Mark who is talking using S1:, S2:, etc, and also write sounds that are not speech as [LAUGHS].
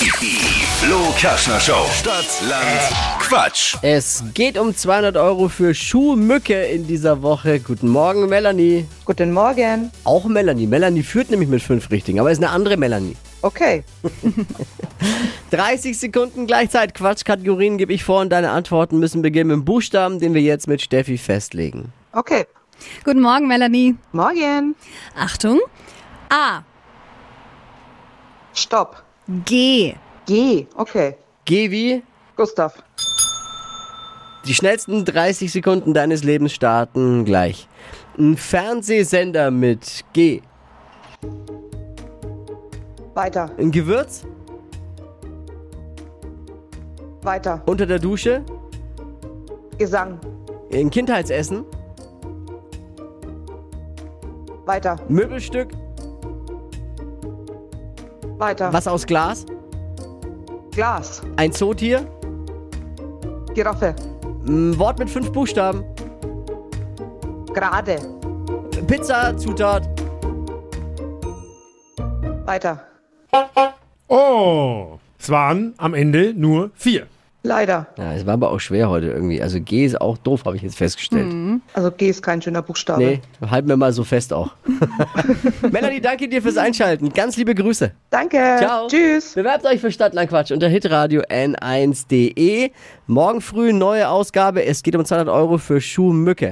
S1: Die Flo Kaschner Show. Stadt, Land, Quatsch.
S2: Es geht um 200 Euro für Schuhmücke in dieser Woche. Guten Morgen, Melanie.
S3: Guten Morgen.
S2: Auch Melanie. Melanie führt nämlich mit fünf Richtigen, aber ist eine andere Melanie.
S3: Okay.
S2: 30 Sekunden gleichzeitig Quatschkategorien gebe ich vor und deine Antworten müssen beginnen mit dem Buchstaben, den wir jetzt mit Steffi festlegen.
S3: Okay.
S4: Guten Morgen, Melanie.
S3: Morgen.
S4: Achtung. A.
S3: Stopp.
S4: G.
S3: Geh. Okay.
S2: Geh wie
S3: Gustav.
S2: die schnellsten 30 Sekunden deines Lebens starten gleich. Ein Fernsehsender mit G.
S3: Weiter.
S2: Ein Gewürz
S3: Weiter.
S2: unter der Dusche.
S3: Gesang.
S2: Ein Kindheitsessen.
S3: Weiter.
S2: Ein Möbelstück.
S3: Weiter.
S2: Was aus Glas.
S3: Glas.
S2: Ein Zootier.
S3: Giraffe.
S2: Ein Wort mit fünf Buchstaben.
S3: Gerade.
S2: Pizza, Zutat.
S3: Weiter.
S5: Oh, es waren am Ende nur vier.
S3: Leider.
S2: Ja, es war aber auch schwer heute irgendwie. Also G ist auch doof, habe ich jetzt festgestellt.
S3: Also G ist kein schöner Buchstabe.
S2: Nee, halten wir mal so fest [LAUGHS] auch. Melanie, danke dir fürs Einschalten. Ganz liebe Grüße.
S3: Danke.
S2: Ciao.
S3: Äh, Tschüss.
S2: Bewerbt euch für Stadtlandquatsch unter hitradio n1.de. Morgen früh neue Ausgabe. Es geht um 200 Euro für Schuhmücke.